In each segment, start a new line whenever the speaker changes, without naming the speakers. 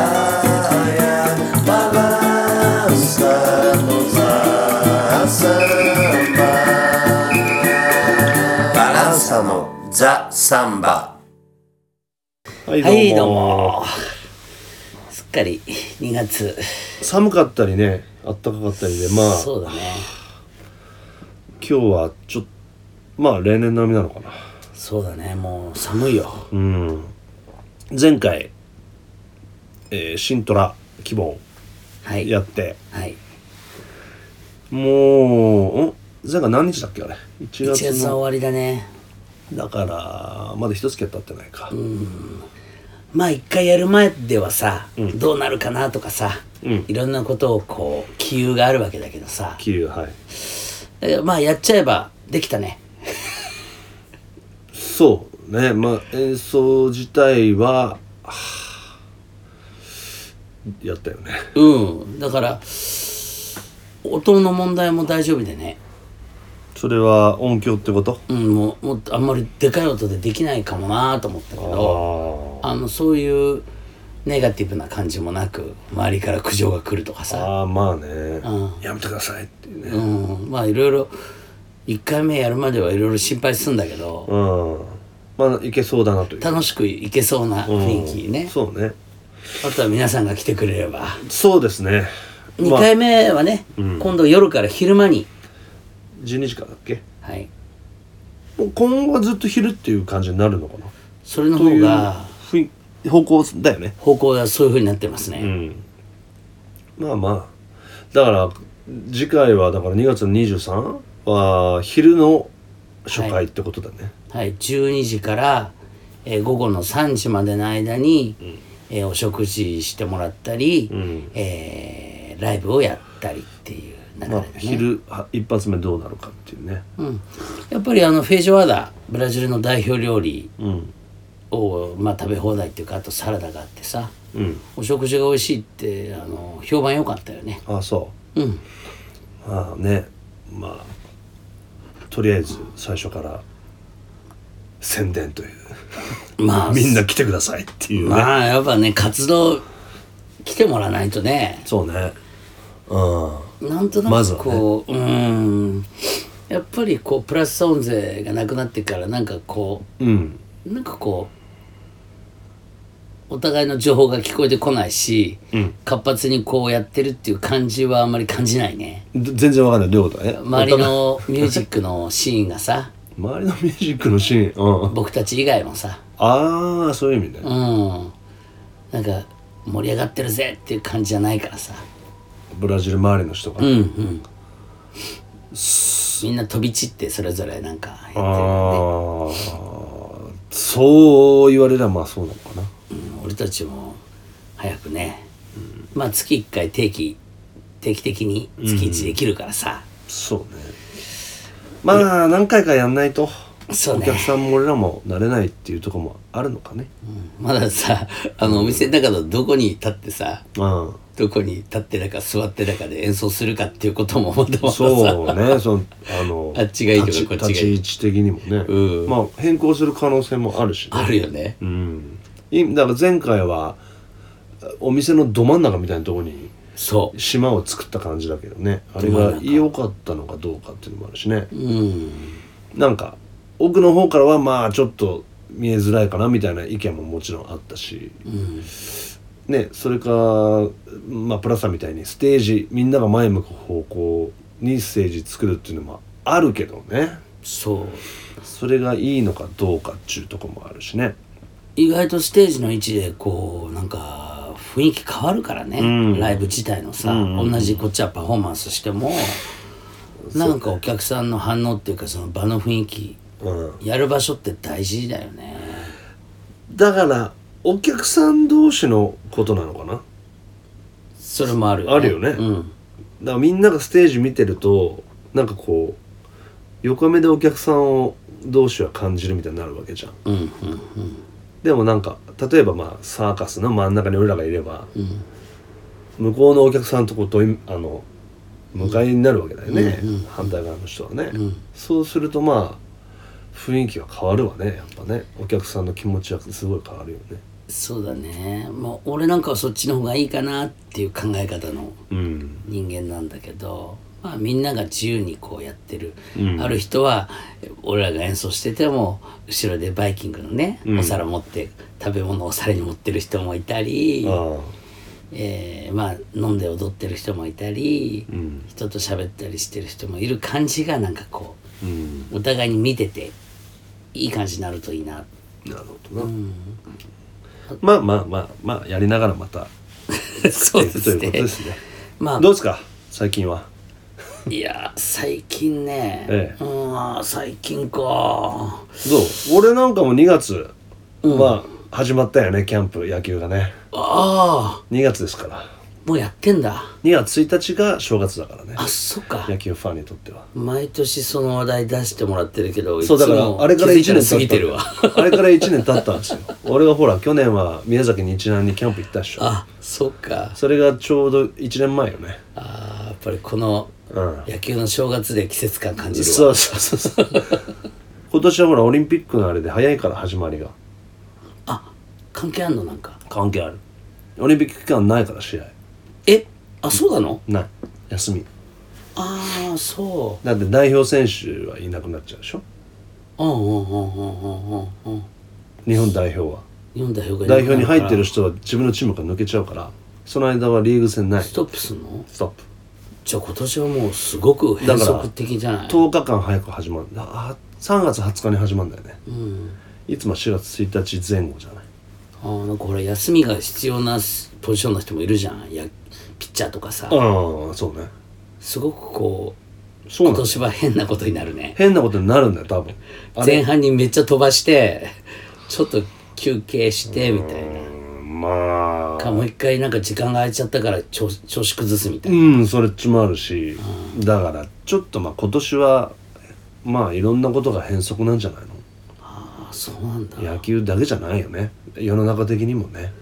Maia balança-nos a samba バランサのザ・サンバ
はい
はい、どうも。すっかり2月。
寒かったりねあったかかったりでまあ
そうだね。
今日はちょっとまあ例年並みなのかな
そうだね。もう寒いよ。
うん前回、えー、新トラ希望
はい。
やって
はい。
もうん前回何日だっけあれ1
1
月
月の終
の
わりだね。
だからまだ一月経ってないかうん、
まあ一回やる前ではさ、どうなるかなとかさ、
うん
いろんなことをこう、気憂があるわけだけどさ。
桐生はい
だけどまあやっちゃえばできたね。
そうねまあ演奏自体は はあやったよね
うん。だから、音の問題も大丈夫でね。
それは音響ってこと
うん、もう、もっとあんまりでかい音でできないかもなと思ったけ
あ
ど。
あ
あのそういうネガティブな感じもなく周りから苦情が来るとかさ、
ああまあね、
ん
やめてくださいっていうね
うん、まあいろいろ1回目やるまではいろいろ心配するんだけど
うんまあいけそうだなという
楽しくいけそうな雰囲気
うん
ね、
そうね
あとは皆さんが来てくれれば
そうですね
2
まあ、
回目はね、今度夜から昼間に
12時からだっけ
はい
もう今後はずっと昼っていう感じになるのかな
それの
と
方
いう
が
雰囲気方向だよね
方向がそういうふうになってます
う
ね、
んまあまあだから次回はだから2月の23は昼の初回ってことだね、
はい、12時から、えー午後の3時までの間に、えーお食事してもらったり、
ん
えーライブをやったりっていう流れ
まあ、
でね、
昼は一発目どうなるかっていうね
うん、やっぱりあのフェージョワーダブラジルの代表料理
うん
を、まあ、食べ放題っていうかあとサラダがあってさ
うん
お食事が美味しいってあの評判良かったよね
ああそう
うん
まあねまあとりあえず最初から宣伝 という
まあ
みんな来てくださいっていうね、
まあやっぱね活動来てもらわないとね
そうねう
なんとな
まず
く
はね
こう、うんやっぱりこうプラスサウン税がなくなってからなんかこ
んうん
うなんかこうお互いの情報が聞こえてこないし、
うん
活発にこうやってるっていう感じはあんまり感じないね
ぜ全然わかんないどういうことね
周りのミュージックのシーンがさ
周りのミュージックのシーン、うん、
僕たち以外もさ
ああそういう意味ね、
うんなんか盛り上がってるぜっていう感じじゃないからさ
ブラジル周りの人が、
うんうんみんな飛び散ってそれぞれなんかやってるから
ああ
ね
そう言われればまあそうなのかな
俺たちも早くね、まあ月1回定期定期的に月1できるからさ、
そうねまあ何回かやんないと
そうね
お客さんも俺らも慣れないっていうところもあるのかね
まださあのお店の中のどこに立ってさ
うん
どこに立ってだか座ってだかで演奏するかっていうこともまだまださ
そう ね、そのあの
あっちがいいとか
立ち
こっちがい
立
い
ち位置的にもね、
うん
まあ変更する可能性もあるし、ね、
あるよね
うん。いだから前回はお店のど真ん中みたいなところに
そ
島を作った感じだけどね、あれが良かったのかどうかっていうのもあるしね
う。うん
なんか奥の方からはまあちょっと見えづらいかなみたいな意見ももちろんあったし、
うん
ね、それか、まあ、プラスさんみたいにステージみんなが前向く方向にステージ作るっていうのもあるけどね
そう
それがいいのかどうかっちゅうとこもあるしね
意外とステージの位置でこうなんか雰囲気変わるからね、
うん
ライブ自体のさ、
うんうん
同じこっちはパフォーマンスしてもなんかお客さんの反応っていうかその場の雰囲気
うん
やる場所って大事だよね
だからお客さん同士のことなのかなだか
それもある
あるよね
うん、
らみんながステージ見てるとなんかこう横目でお客さんを同士は感じるみたいになるわけじゃん
うんうんうん
でもなんか例えばまあサーカスの真ん中に俺らがいれば
うん
向こうのお客さんとこうどいあの向かいになるわけだよね、
うんうん
反対側の人はね、
ん
そうするとまあ雰囲気は変わるわねやっぱねお客さんの気持ちはすごい変わるよね
そうだねまあ俺なんかはそっちの方がいいかなっていう考え方の
うん
人間なんだけど、まあ、みんなが自由にこうやってる、
うん
ある人は俺らが演奏してても後ろでバイキングのね、
うん
お皿持って食べ物をお皿に持ってる人もいたり
あ、あ
えーまあ飲んで踊ってる人もいたり、
うん
人と喋ったりしてる人もいる感じがなんかこ
うん
うお互いに見てていい感じになるといい な
なるほどな、まあまあまあまあやりながらまた
そうで
とい
す
うこと
ね
ですね
まあ
どうですか最近はい
や最近ね、
ええ
うん最近か
どう俺なんかも2月は始まったよね、キャンプ野球がね
ああ
2月ですから
もうやってんだ
2月1日が正月だからね
あそっか
野球ファンにとっては
毎年その話題出してもらってるけど
そう
い
だ
つ
か
も
らあれから
気
1
づい
年
た
経った
過ぎてるわ
あれから1年経ったんですよ俺がほら去年は宮崎日南にキャンプ行ったっしょ
あそっか
それがちょうど1年前よね
あーやっぱりこの
うん
野球の正月で季節感感じるわ
そうそうそうそう今年はほらオリンピックのあれで早いから始まりが
あ関係あんのなんか
関係あるオリンピック期間ないから試合
えあそうなの
ない休み
ああそ
だって代表選手はいなくなっちゃうでしょ
ううんうんうんうんうんうんうん
日本代表は
日本代表が
代表に入ってる
人
人は自分のチームから抜けちゃうからその間はリーグ戦ない
ストップすんの
ストップ
じゃあ今年はもうすごく変則的じゃない
10日間早く始まるんだあ3月20日に始まるんだよね
うん
いつも4月1日前後じゃない
あーなんかほら休みが必要なポジションの人もいるじゃんやピッチャーとかさ
ああそうね
すごくこう
そうな
今
んだ
年は変なことになるね
変なことになるんだよ多分あれ
前半にめっちゃ飛ばしてちょっと休憩してみたいな
うんま
か
あ
もう一回なんか時間が空いちゃったから調調子崩すみたいうなん
それっちもあるしだからちょっとまあ今年はまあいろんなことが変則なんじゃないの
ああそうなんだ
野球だけじゃないよね世の中的にもね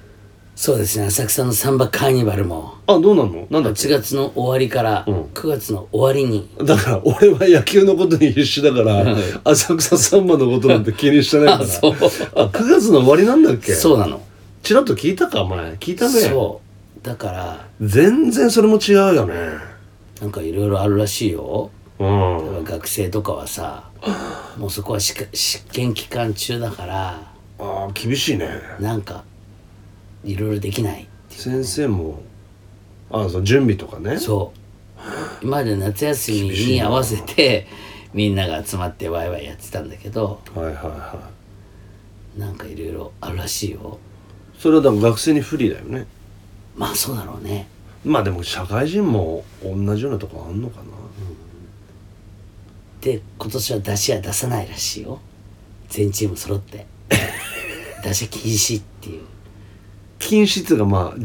そうですね浅草のサンバカーニバルも
あどうなのなんだっ
8
け
月の終わりから
うん
9月の終わりに
だから俺は野球のことに必死だから浅草サンバのことなんて気にしてないから
あそう
あ9月の終わりなんだっけ
そうなの
ちらっと聞いたか前聞いたね
そうだから
全然それも違うよね
なんかいろいろあるらしいよ
うん
学生とかはさもうそこはしか試験期間中だから
ああ厳しいね
なんかいろいろできない
先生もあそう準備とかね
そう今まで夏休み
厳しい
に
な
合わせてみんなが集まってワイワイやってたんだけど
はいはいは
なんかいろいろあるらしいよ
いそれはだから学生に不利だよね
まあそうだろうね
まあでも社会人も同じようなとこあんのかな、
で今年は出しは出さないらしいよ全チーム揃って 出し禁止っていう
禁止っていうかまあ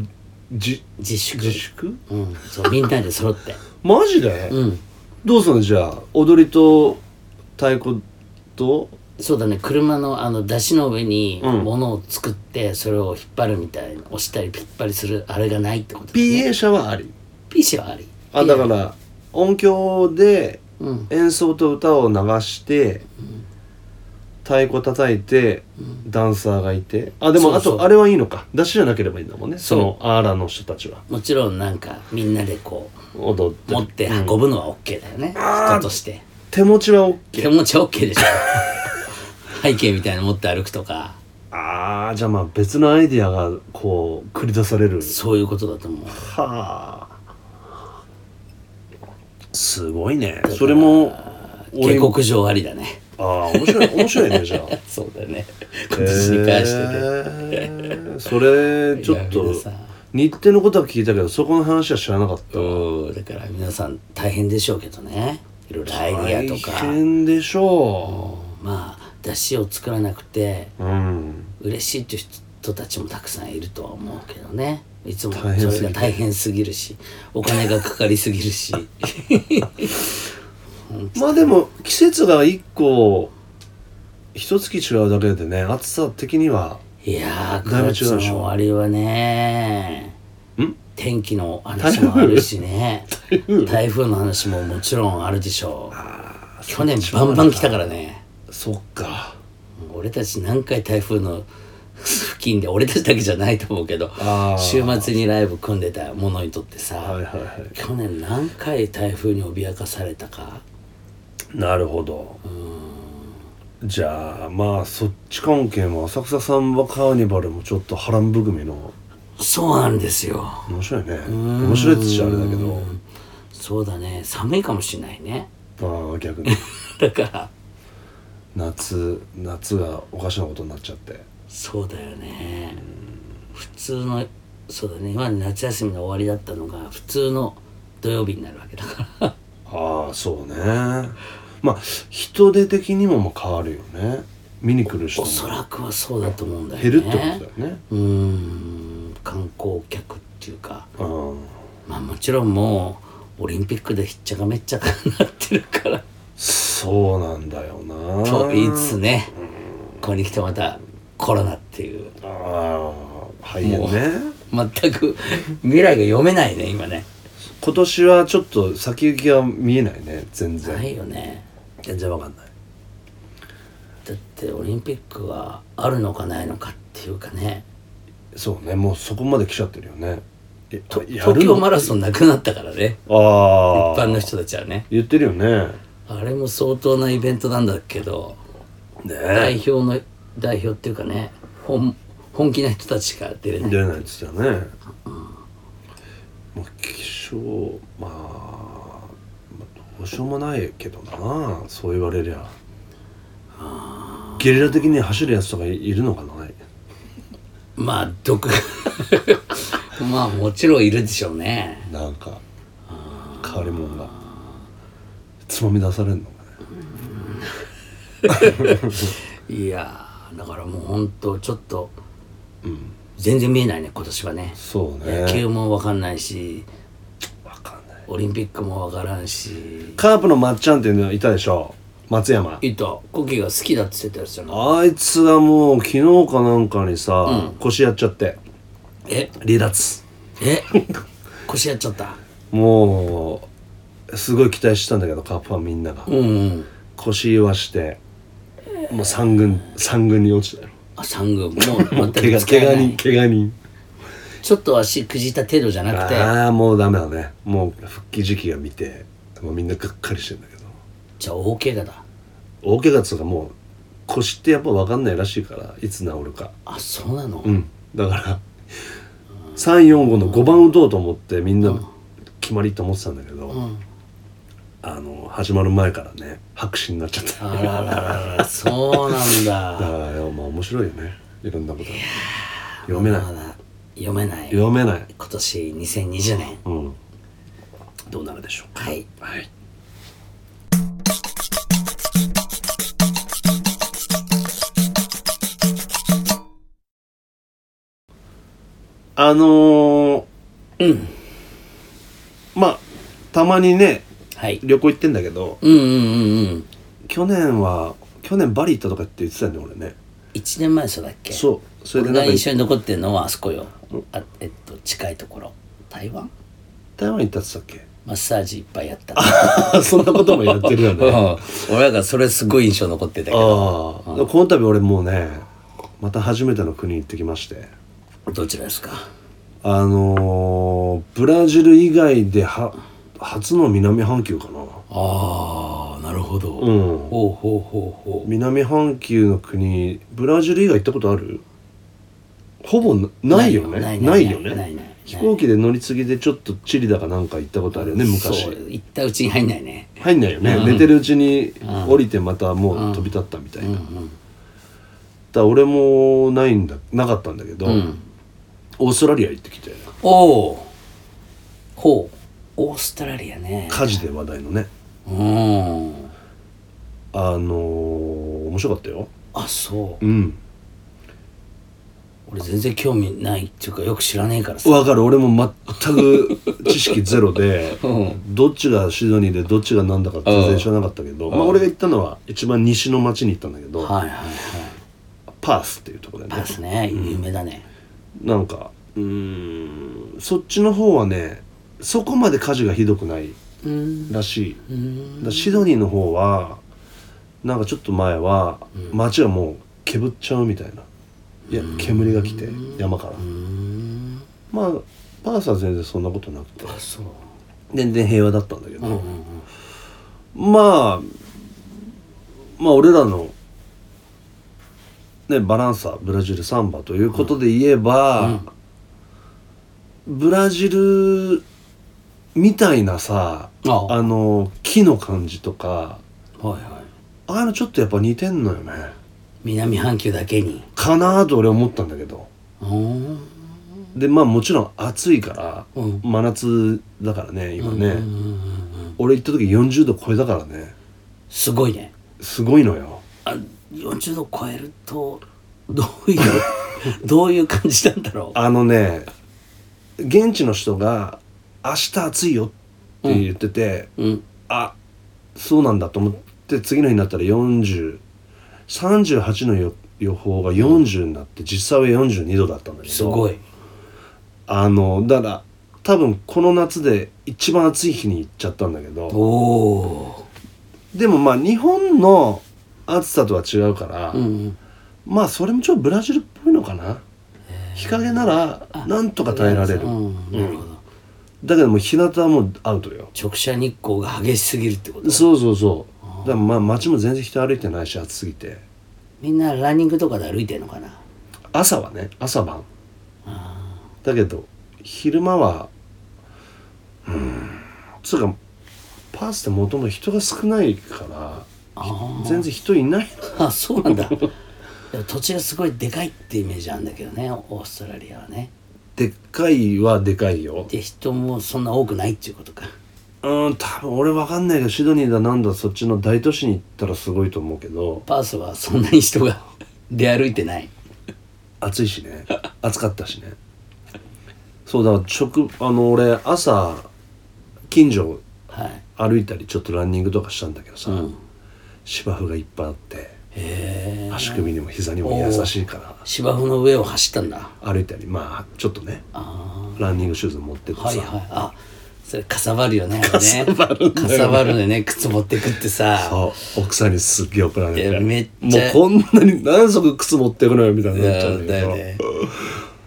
じ
自粛
自粛
うんそうみんなで揃って
マジで、
うん
どうするのじゃあ踊りと太鼓と
そうだね車のあの出しの上に
うん
物を作ってそれを引っ張るみたいな押したり引っ張りするあれがないってことだね
PA 車はあり
PC はあり
あだから音響で
うん
演奏と歌を流して太鼓叩いてダンサーがいてあでも
そ
あ
うそう
とあれはいいのか出しじゃなければいいんだもんねそ
そう
のアーラの人たちは
もちろんなんかみんなでこ
踊っ
う
て
持って運ぶのは OK だよね、人として
手持ちは OK
手持ちは OK でしょ 背景みたいなの持って歩くとか
あーじゃあまあ別のアイディアがこう繰り出される
そういうことだと思う
はあすごいねそれも
下克上ありだね
ああー面白い面白いねじゃあ
そうだね今年に関してね、
へーそれちょっ
いや
と
皆さん
日程のことは聞いたけどそこの話は知らなかった
うんだから皆さん大変でしょうけどねいろいろアイディアとか
大変でしょ
まあ出汁を作らなくて
ううん
嬉しいっていう人たちもたくさんいるとは思うけどねいつも
大変
そ
す
れ
ぎ
が
る
大変すぎるしお金がかかりすぎる し
まあでも季節が1個一月違うだけでね暑さ的にはい
やー
だいぶ違う
9
で
月
しょ
の終わりはね
ん
天気の話もあるしね
台風
台風の話ももちろんあるでしょう去年バンバン来たからね
そっか
俺たち何回台風の吹近で俺たちだけじゃないと思うけど
あー
週末にライブ組んでたものにとってさ、
はいはいはい
去年何回台風に脅かされたか
なるほどじゃあまあそっち関係も浅草サンバカーニバルもちょっと波乱含みの
そうなんですよ
面白いね面白いっつっちゃあれだけど
そうだね寒いかもしれないね
まあ逆に
だから
夏夏がおかしなことになっちゃって
そうだよね普通のそうだね今まで夏休みの終わりだったのが普通の土曜日になるわけだから
ああそうねまあ人手的にももう変わるよね見に来る人
おそ
も
らくはそうだと思うんだよね
減るってことだよね
うーん観光客っていうか
うん
まあもちろんもうオリンピックでひっちゃかめっちゃかになってるから
そうなんだよな
と言いつつねここに来てまたコロナっていう
ああ肺炎ね
全く未来が読めないね今ね
今年はちょっと先行きが見えないね全然、
ないよね
全然わかんない
だってオリンピックはあるのかないのかっていうかね
そうねもうそこまで来ちゃってるよねえ
と
や
東
るの
京マラソンなくなったからね一
ああ
般の人たちはね
言ってるよね
あれも相当なイベントなんだけど
ね
代表の代表っていうかね本本気な人たちが出れない
出れないっつってたね、まあ気象まあ、まあどうしようもないけどなそう言われりゃゲリラ的に走るやつとかいるのかな
まあ毒まあもちろんいるでしょうね
なんか変わり者がつまみ出されるのかね
いやーだからもうほんとちょっと
うん
全然見えないね今年はね
そうね
野球も分かんないし
わかんない
オリンピックも分からんし
カープのまっちゃんっていうのいたでしょ松山
いたコキが好きだって言ってたやつじゃない
あいつがもう昨日かなんかにさ、腰やっちゃって
え
離脱
え腰やっちゃった
もうすごい期待してたんだけどカープファンみんなが、
うん、うん、
腰言わしてもう三軍三軍に落ちたよ
あ三軍 もう
怪
全く
我
使
怪
え
我
な
人
い
怪我人
ちょっと足くじった程度じゃなくて
ああもうダメだねもう復帰時期が見てもうみんながっかりしてんだけど
じゃあ大怪我だ
大怪我っつうかもう腰ってやっぱ分かんないらしいからいつ治るか
あそうなの、
うんだから345の5番打とうと思ってみんな決まりと思ってたんだけど、
ん
あの始まる前からね白紙になっちゃった
あららららそうなん
だ
だ
からまあ面白いよねいろんなことが読めない
まだ読めない今
読めない、
年2020年
うん、どうなるでしょう
はい
かはいあのー、
うん
まあたまにね
はい
旅行行ってんだけど
うんうんうんうん
去年は去年バリ行ったとかって言ってたんだよ俺ね
1年前そうだっけう
そうそれで
俺
な
が
んか
印象に残ってるのはあそこよあえっと近いところ台湾
台湾行ったって言って
マッサージいっぱいやった
たっけ そんなこともやってるよ
う
ね
ん俺がそれすごい印象残ってたけど
ああこの度俺もうねまた初めての国行ってきまして
どちらですか
あのー、ブラジル以外では初の南半球かな
ああなるほど、
うん
ほうほうほうほう
南半球の国ブラジル以外行ったことあるほぼなないよね
ない
ないよ
ないないないない
ね飛行機で乗り継ぎでちょっとチリだかなんか行ったことあるよね昔
そう行ったうちに入んないね
入んないよね、
うん
寝てるうちに降りてまたもう飛び立ったみたいな、だから俺もないんだなかったんだけど、
うん
オーストラリア行ってきて
おおほうオーストラリアね
火事で話題のね
うん
あのー、面白かったよ
あそう
うん
俺全然興味ないっていうかよく知らねえからさ
わかる俺も全 く知識ゼロで、
うん
どっちがシドニーでどっちが何だか全然知らなかったけど、まあ、俺が行ったのは一番西の町に行ったんだけど、
はいはいはい
パースっていうところで
パ
ね
ースね有名だね
なんかうーんそっちの方はねそこまで火事がひどくない
うん
らしい、
うん
だシドニーの方はなんかちょっと前は街がもうけぶっちゃうみたいな、いや煙が来て山からまあパースは全然そんなことなくて
あそう
全然平和だったんだけ
うんうん
どまあまあ俺らのねバランサーブラジルサンバということで言えばブラジルみたいなさ
あ
あの木の感じとか
うんはいはい
ああいうのちょっとやっぱ似てんのよね
南半球だけに
かなーと俺思ったんだけど
うん
でまあもちろん暑いから、
うん
真夏だからね今ね、
うんうんうんうん
俺行った時40度超えたからね
すごいね
すごいのよ
あ40度超えるとどういう どういう感じなんだろう
あのね現地の人が「明日暑いよ」って言ってて、
うん
あそうなんだと思って次の日になったら4038の予予報が40になって、実際は42度だったんだけど
すごい
あのだから多分この夏で一番暑い日に行っちゃったんだけど、
おお
でもまあ日本の暑さとは違うから、
ーうん
まあそれもちょっとブラジルっぽいのかな日陰ならなんとか耐えられる、
うんなるほど
だけどもう日向はもうアウトよ
直射日光が激しすぎるってこと
そうそうそうだからまあ街も全然人歩いてないし暑すぎて
みんなランニングとかで歩いてんのかな
朝はね朝晩
あ
だけど昼間はうんつうかパースってもともと人が少ないから
あ
全然人いない
あそうなんだ でも土地がすごいでかいってイメージあるんだけどねオーストラリアはね
でっかいはでかいよ
で人もそんな多くないっていうことか
うん多分俺わかんないけどシドニーだなんだそっちの大都市に行ったらすごいと思うけど
パースはそんなに人が 出歩いてない
暑いし ね暑かったしねそうだから直あの俺朝近所を
はい
歩いたりちょっとランニングとかしたんだけどさ、
うん
芝生がいっぱいあって
へえ
足首にも膝にも優しいから
芝生の上を走ったんだ
歩いたりまあちょっとね
あ
ランニングシューズ持ってってさ、
あはいはいあそれかさばるよねかさばるねかさばるのよね靴持ってくってさ
そう奥さんにすっげえ怒られ
い
て
やめっ
も
ち
う
ゃ
こんなに何足靴持ってくのよみたいになっちゃうんだ
だ
けど
よね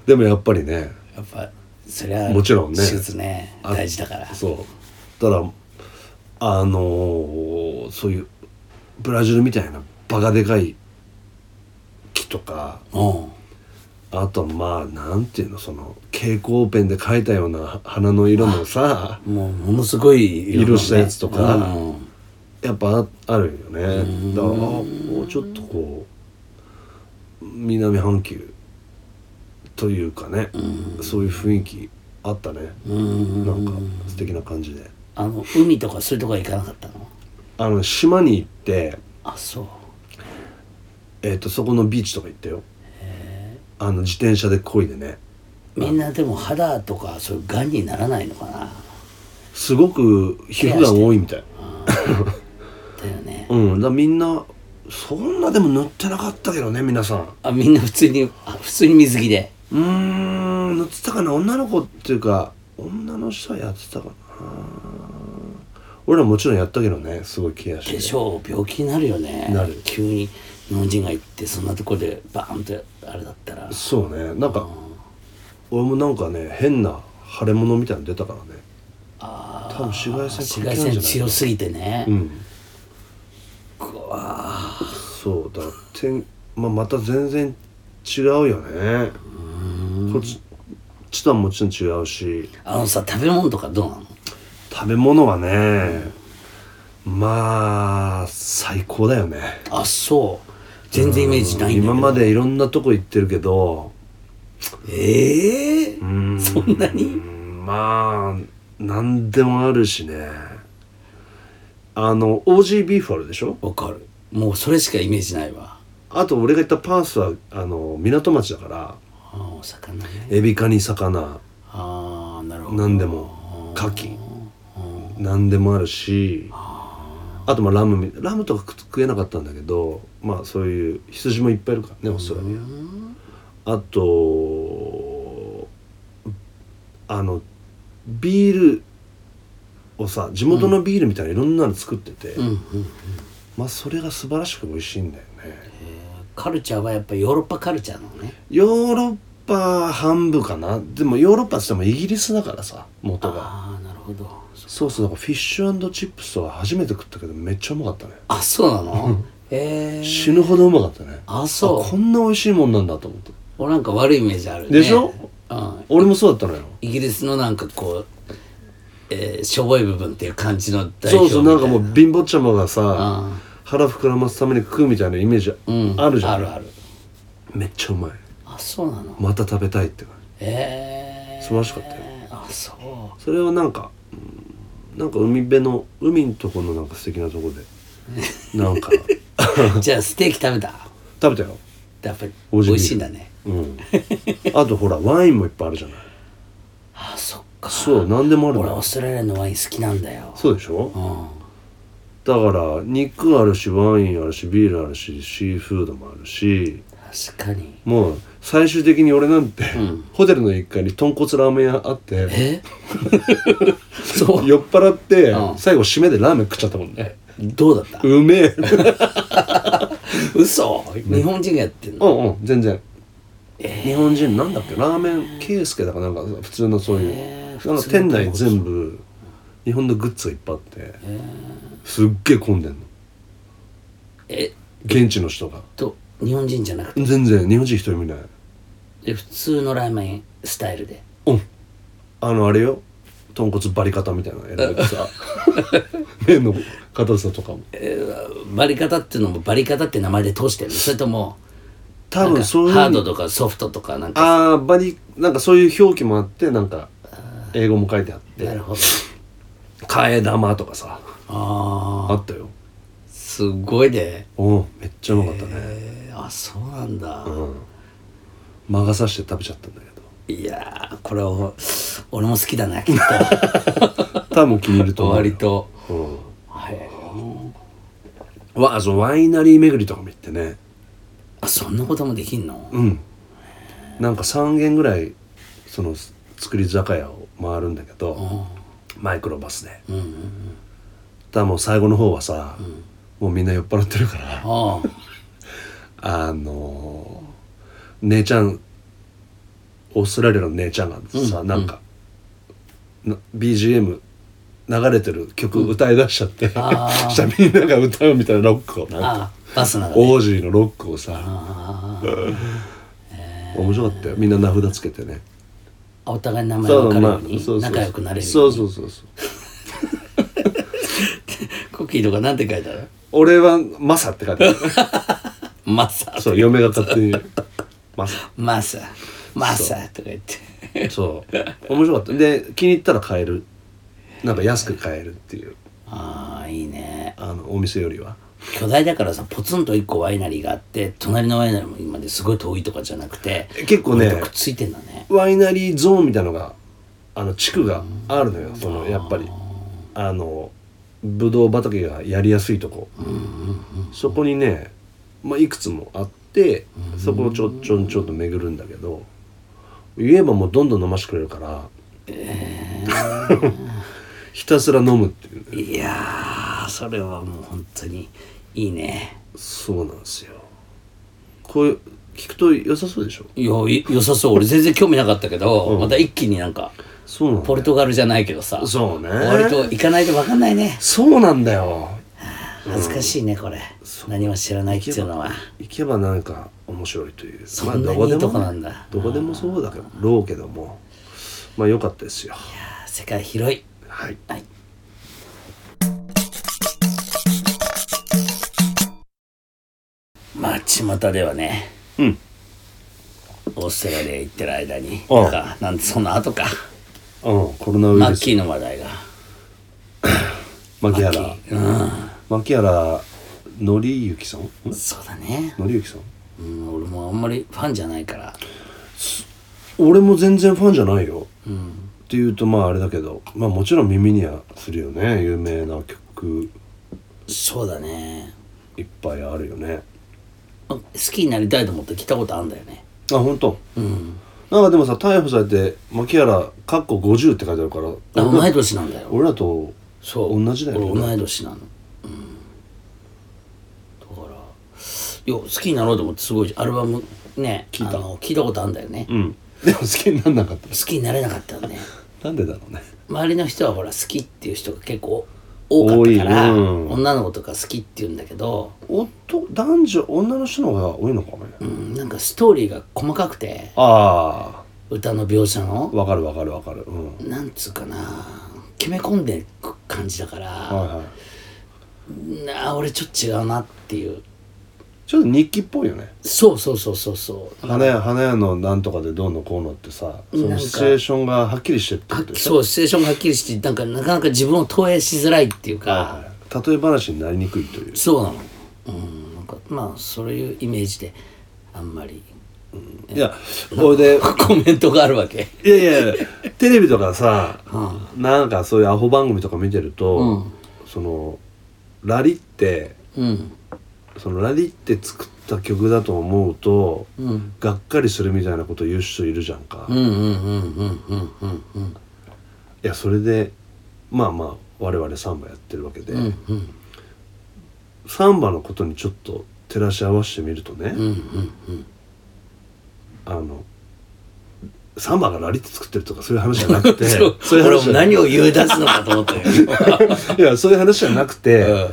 でもやっぱりね
やっぱそりゃ
もちろんね
手術ね
あ
大事だから
そうただあのーそういうブラジルみたいなバカでかい木とか
うん
あとはまあなんていうのその蛍光ペンで描いたような花の色のさ
もうものすごいのね
色したやつとか
うん
やっぱああるよねだからあもうちょっとこう南半球というかねそういう雰囲気あったね
うん
なんか素敵な感じで
あの海とかそういうとこは行かなかったの
あの島に行って
あそう
えー、とそこのビーチとか行ったよあの自転車で漕いでね
みんなでも肌とかそういうがんにならないのかな
すごく皮膚が多いみたい
だよね
うんだからみんなそんなでも塗ってなかったけどね皆さん
あみんな普通にあ普通に水着で
うーん塗ってたかな女の子っていうか女の人はやってたかな俺らもちろんやったけどねすごいケアして
化粧病気になるよね
なる
急に日本人が行ってそんなとこでバーンとあれだったら
そうねなんか俺もなんかね変な腫れ物みたいなの出たからね
あ
多分紫外
紫
線関
外
係ないん
線
じゃ
強
ない
すぎてね、
うん
うわー
そうだてん、まあ、また全然違うよねこっちちとはもちろん違うし
あのさ食べ物とかどうなの
食べ物はねまあ最高だよね
あそう全然イメージないんだけど
今までいろんなとこ行ってるけど
ええ
うーん
そんなに
まあ何でもあるしねあのオージービーフあるでしょ
わかるもうそれしかイメージないわ
あと俺が行ったパースはあの港町だから
ああお魚ね
エビカニ魚
ああなるほど
何でも牡蠣何でもあるしあとまあラムみラムとか食えなかったんだけどまあそういう羊もいっぱいいるからねオーストラリアあとあのビールをさ地元のビールみたいないろんなの作ってて、
うんうん
まあそれが素晴らしく美味しいんだよね
えーカルチャーはやっぱヨーロッパカルチャーなのね
ヨーロッパ半分かなでもヨーロッパっつってもイギリスだからさ元が
ああなるほど
そうそうだからフィッシュチップスは初めて食ったけどめっちゃうまかったね
あそうなのええ
死ぬほどうまかったね
あそう
こんな美味しいもんなんだと思って
俺なんか悪いイメージあるね
でしょ
うん、
俺もそうだったのよ
イギリスのなんかこう、えー、しょぼい部分っていう感じの代表
そうそうなんかも
み
う貧乏ちゃまが
たい
さ
な
腹膨らますために食うみたいなイメージ
うん、うん
あるじゃん、
あるある
めっちゃうまい
あそうなの
また食べたいって感じ
ええー、
素晴らしかったよ
あそう
それはなんか、うんなんか海辺の海のとこのなんか素敵なとこ でなんか
じゃあステーキ食べた
食べたよ
やっぱり
オージービーフ
美味しいんだね
うんあとほらワインもいっぱいあるじゃない
あそっか
そう何でもある
俺
の
オー
よ
ストラリアのワイン好きなんだよ
そうでしょ
うん
だから肉あるしワインあるしビールあるしシーフードもあるし
確かに
もう最終的に俺なんて、
ん
ホテルの一階に豚骨ラーメン屋あって
えそう
酔っ払って、
うん
最後締めでラーメン食っちゃったもんね
どうだった
うめえ
嘘日本人がやってん
う
の
んうん全然、日本人なんだっけラーメンケースケだからなんか普通のそういう、
えー
なんか店内全部日本のグッズがいっぱいあって、すっげえ混んでんの
え
現地の人が
と日本人じゃなくて
全然日本人一人もいない
え普通のラーメンスタイルで
うんあのあれよ豚骨バリ方みたいなの選べてさ 麺の硬さとかも
バリ方っていうのもバリ方って名前で通してるそれとも
多
なん
分
か
そういう
ハードとかソフトとかなんか
ああバリなんかそういう表記もあってなんか英語も書いてあって
なるほど
替え玉とかさ
あ
あ
あ
ったよ
すごいね
おめっちゃうまかったね、
えー、あそうなんだ、
うん魔が差して食べちゃったんだけ
いやーこれを俺も好きだなきっと
ど多分気に入ると思うよ
割と
うん
はい
わそうワイナリー巡りとかも行ってね
あそんなこともできんの
うんなんか3軒ぐらいその作り酒屋を回るんだけど、マイクロバスで
うんうんうん
ただもう最後の方はさ、もうみんな酔っ払ってるから
あ
あのー姉ちゃんオーストラリアの姉ちゃんがさ、
うん
なんか、な BGM 流れてる曲歌いだしちゃって、
あ ー
したらみんなが歌うみたいなロックを
あ
なんか
ああバスなのね
オージーのロックをさ
あ
面白かったよみんな名札つけてね
あお互いの名前
そう
分かる
ま
よ
あ
う
そうそう
に仲良くなれるように
そうそうそうそう
コッキーとかなんて書いてある
俺はマサって書いてある
マサ
そう 嫁が勝手にマサ
マサマサとか言って
そう面白かったで気に入ったら買えるなんか安く買えるっていう
ああいいね
あのお店よりは
巨大だからさポツンと一個ワイナリーがあって隣のワイナリーも今ですごい遠いとかじゃなくて
結構ね
こうくっついてんだね
ワイナリーゾーンみたいのがあの地区があるのよそのやっぱりあのブドウ畑がやりやすいとこそこにね、まあ、いくつもあってそこをちょっちょんちょんと巡るんだけど言えばもうどんどん飲ましてくれるから、 ひたすら飲むっていうね
いやーそれはもう本当にいいね
そうなんですよこういう聞くと良さそうでしょ
よい良さそう俺全然興味なかったけど、
ん
また一気になんか
そうなんだ
ポル
よ
トガルじゃないけどさ
そうね
割と行かないと分かんないね
そうなんだよ
恥ずかしいねこれ、何も知らないっていうのは
行けばなんか面白いという
そんなにいいとこなんだ
どこでもそうだけどろうけどもまあ良かったですよ
あー世界広い
はい
はい街股ではね
うん
オーストラリア行ってる間に
うん
なんかなんてその後か
うんコロナウイ
マ
ル
ッ
ス
キーの話題が
牧原牧原のりゆきさんん
そうだね、
のりゆきさん
うん、俺もあんまりファンじゃないから
俺も全然ファンじゃないよ
うん
っていうとまああれだけどまあもちろん耳にはするよね有名な曲
そうだね
いっぱいあるよね
あ好きになりたいと思って来たことあんだよね
あ本当。
うん
なんかでもさ逮捕されて牧原かっこ50って書いてあるから
あ同い年なんだよ
俺らと
そう
同じだよね
俺同い年なのうんだからよ好きになろうと思ってすごいアルバムね
聞いた
あの聞いたことあるんだよね、
うんでも好きになんなかった
好きになれなかったよね
なんでだろうね
周りの人はほら好きっていう人が結構多かったから、
多いうん
女の子とか好きって言うんだけど、
男男女女の人の方が多いのかね、
うん、なんかストーリーが細かくて
あ
歌の描写
あ
の
わかるわかるわかるうん
なんつうかな決め込んでく感じだから、
はいはい
なあ俺ちょっと違うなっていう
ちょっと日記っぽいよね
そうそうそうそうそう
花屋花屋のなんとかでどうのこうのってさそ
なん
の
か
シチュエーションがはっきりしてるって
は
こ
っ
と
き
で
り
しょ
そうシチュエーションがはっきりしてなんかなかなか自分を投影しづらいっていうか、
はいはい例え話になりにくいという
そうなのうんなんかまあそういうイメージであんまり
いやこれ で
コメントがあるわけ
いやいやいやテレビとかさ、なんかそういうアホ番組とか見てると、
うん
そのラリって
うん
そのラリって作った曲だと思うと、
うん
がっかりするみたいなこと言う人いるじゃんか、
うん
い
うんうんうんうんうんうん
やそれでまあまあ我々サンバやってるわけで、
うんうん
サンバのことにちょっと照らし合わせてみるとね、
うんうんうん
あのサンバがラリって作ってるとかそういう話じゃなく てそういう話
俺も
じゃ
何を言い出すのかと思ったよ
いやそういう話じゃなくて、
うん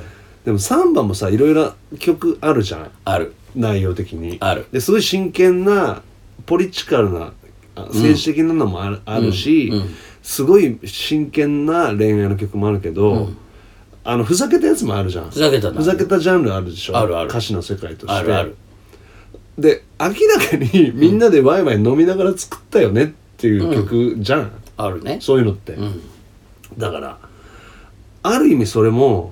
でもサンバもさいろいろ曲 あるじゃん
ある
内容的に
ある
ですごい真剣なポリチカルなあ政治的なのもある,、あるし、
うんうん
すごい真剣な恋愛の曲もあるけど、あのふざけたやつもあるじゃん
ふざけたな
ふざけたジャンルあるでしょ
あるある
歌詞の世界として
あるある
で明らかにみんなでワイワイ飲みながら作ったよねっていう曲じゃん、
あるね
そういうのって、
うん
だからある意味それも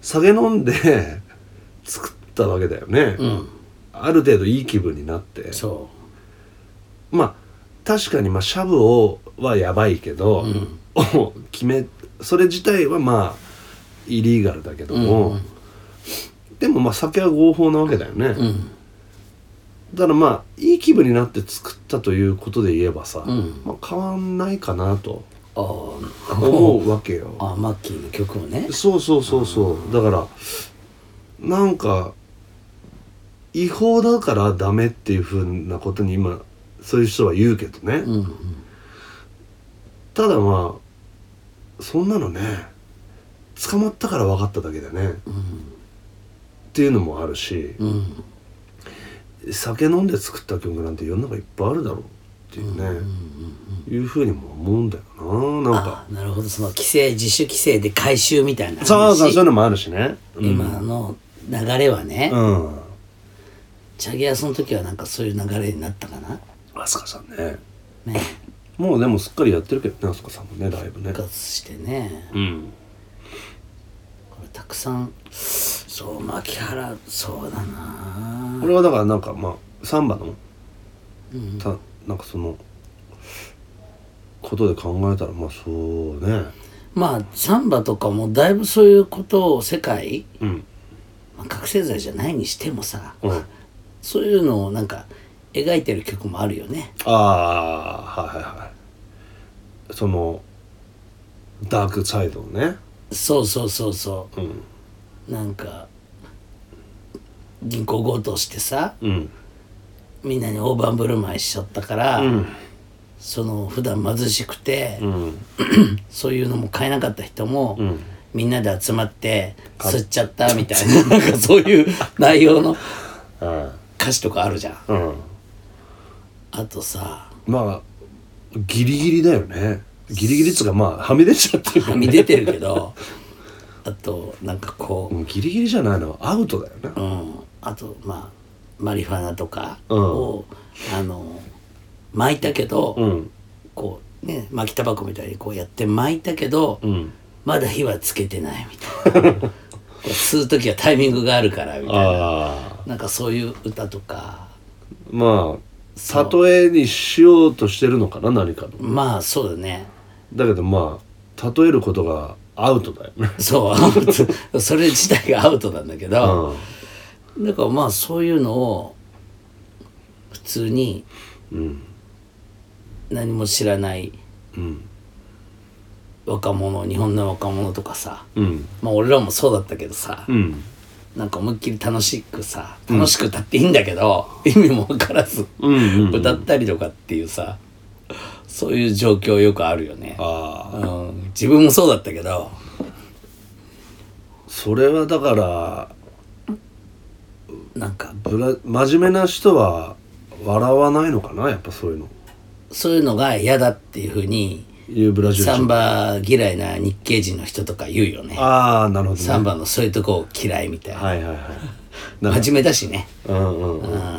酒飲んで作ったわけだよね、
うん
ある程度いい気分になって
そ
まあ確かにまあシャブをはやばいけど、を決めそれ自体はまあイリーガルだけども、でもまあ酒は合法なわけだよね、
ううん
だからまあいい気分になって作ったということで言えばさ、
ん
まあ、変わんないかなと
あー
思うわけよ
あーマッキーの曲もね
そうそうそうそうだからなんか違法だからダメっていうふうなことに今そういう人は言うけどね、
うんうん
ただまあそんなのね捕まったから分かっただけだねっていうのもあるし
うん
酒飲んで作った曲なんて世の中いっぱいあるだろうっていうね、いうふうにも思うんだよななんか
あなるほどその規制自主規制で回収みたいな話
そうそうそういうのもあるしね、うん、
今の流れはね、
うん
チャゲアスの時はなんかそういう流れになったかな
飛鳥さんね
ね
もうでもすっかりやってるけどね飛鳥さんもねライブね
復活してね
うん
これたくさんそう牧原そうだな
俺はだからなんかまあサンバの
うん
たなんかそのことで考えたらまあそうね
まあサンバとかもだいぶそういうことを世界、
うん
まあ、覚醒剤じゃないにしてもさ、
うん
そういうのをなんか描いてる曲もあるよね
ああはいはいはいそのダークサイドをね
そうそうそうそ
うん
うなんか銀行強盗してさ
うん
みんなに大盤振る舞いしちゃったから、
うん
その普段貧しくて、
うん
そういうのも買えなかった人も、
うん
みんなで集まって吸っちゃったみたいな なんかそういう内容 の
あ
歌詞とかあるじゃん
あうん
あとさ
まあギリギリだよねギリギリっつうかまあはみ出ちゃってる
はみ出てるけ どあとなんかこ
うんギリギリじゃないのアウトだよね
う、うん、あとまあマリファナとか
うん
を、あの巻いたけど、
うん
こうね巻きタバコみたいにこうやって巻いたけど、
うん
まだ火はつけてないみたいなこう吸う時はタイミングがあるからみたいな
ああ
なんかそういう歌とか
ま
そ
あ
う
例えにしようとしてるのかな何かの
まあそうだね
だけどまあ例えることがアウトだよね
そうアウトそれ自体がアウトなんだけ
う
ど、
ん
だからまあそういうのを普通に
うん
何も知らない
うん
若者日本の若者とかさ
うん
まあ俺らもそうだったけどさ、
うん
なんか思いっきり楽しくさ楽しく歌っていいんだけど、意味も分からず、
うんうんうん
歌ったりとかっていうさそういう状況よくあるよね、
ああ
うん、自分もそうだったけど
それはだから
なんか
ブラ真面目な人は笑わないのかなやっぱそういうの
そういうのが嫌だっていうふうに
いうブラジル
サン
人
バ嫌いな日系人の人とか言うよね
ああなるほどね
サンバのそういうとこ嫌いみたいな、
はいはいはいなんか
真面目だしね、
うんうんうん
うん、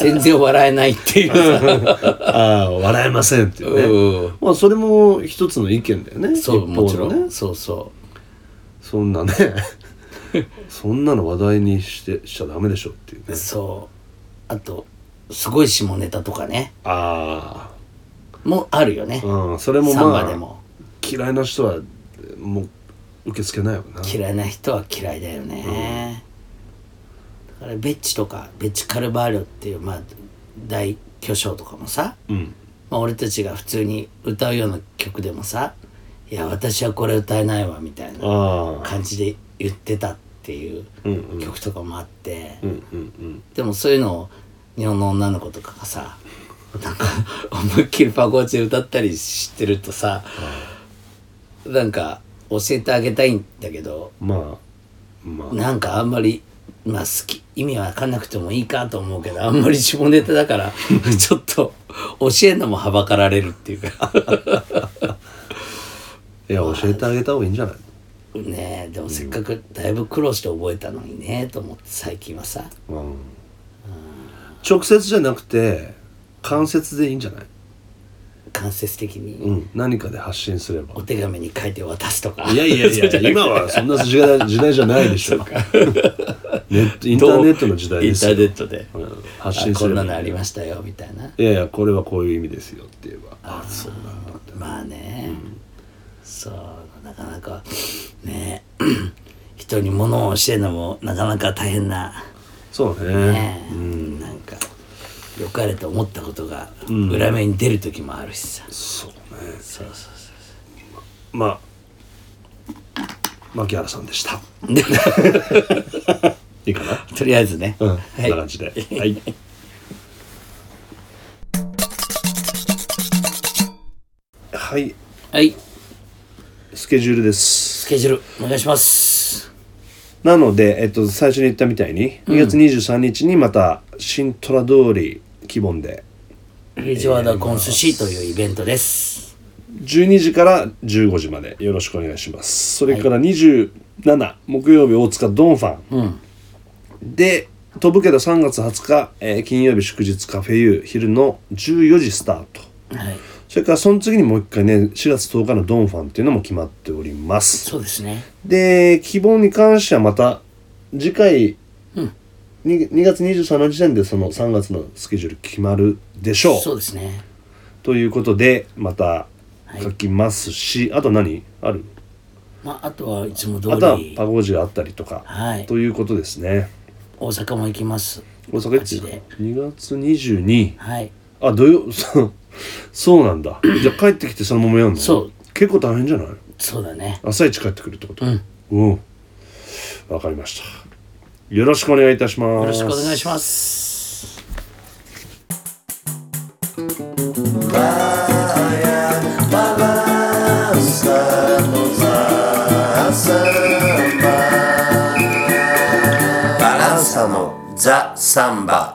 全然笑えないっていうさ
ああ笑えませんっていう
う
ねまあそれも一つの意見だよね
そう
一方の
もちろん
ね
そうそ
そんなね そんなの話題にしてしちゃダメでしょっていう
う
ね
そうあとすごい下ネタとかね
あ
もあるよね
あ、うん、それも
サン
ま
バ
あ
でも
嫌いな人はもう受け付けないよな
嫌いな人は嫌いだよね、だからベッチとかベッチ・カルバーリョっていうまあ大巨匠とかもさ、
うん
まあ、俺たちが普通に歌うような曲でもさ「いや私はこれ歌えないわ」みたいな
ああ
感じで言ってたっていう
うんうん
曲とかもあって、
うんうん
でもそういうのを日本の女の子とかがさなんか思いっきりパコーチで歌ったりしてるとさなんか教えてあげたいんだけど
うんまあまあ
なんかあんまりまあ好き意味わかんなくてもいいかと思うけどあんまり下ネタだからちょっと教えんのもはばかられるっていう か
いや教えてあげた方がいいんじゃない
ねえでもせっかくだいぶ苦労して覚えたのにねと思って最近はさ
うん直接じゃなくて間接でいいんじゃない
間接的
う
に
ん何かで発信すれば
お手紙に書いて渡すとか
いやいやい
そうじ
や
ゃなくて
今はそんな時代時代じゃないでしょネットインターネットの時代ですよ
インターネットで、
うん発
あ
信す
こ
れ
ん
ば
なのありましたよみたいない
やいやこれはこういう意味ですよって言えばあそうなんだって
まあね、そうなかなかね 人に物を教えるのもなかなか大変な
そうね
ね、なんか良かれと思ったことが
ん
裏目に出る時もあるしさ、
そうね
そうそうそ
まあ牧原さんでした
うで
いいかな
とりあえずね、
うん、
は
こん
い
な感じではいはい
はい
スケジュールです
スケジュールお願いします
なので、えっと、最初に言ったみたいに、2月23日にまた新虎通り規模で
リジョアダコンスシーというイベントです
12時から15時までよろしくお願いしますそれから27、木曜日大塚ドンファン、
うん
で飛ぶけど3月20日、えー金曜日祝日カフェユー昼の14時スタート
はい
それからその次にもう一回ね4月10日のドンファンっていうのも決まっております
そうですね
で希望に関してはまた次回
うん
に2月23の時点でその3月のスケジュール決まるでしょ
そううですね
ということでまた
はい
書きますし、あと何ある
まあ、あとはいつも通
あとは
り
パゴージがあったりとか、
はい
ということですね
大阪も行きます
大阪いつ
マジで
?2 月22
はい
あ土曜 そうそうなんだじゃあ帰ってきてそのままやんの
そう
結構大変じゃない
そうだね
朝一帰ってくるってこと
うんよ
うんわかりましたよろしくお願いいたします
ろしくお願いします
バランサのザ・サンバ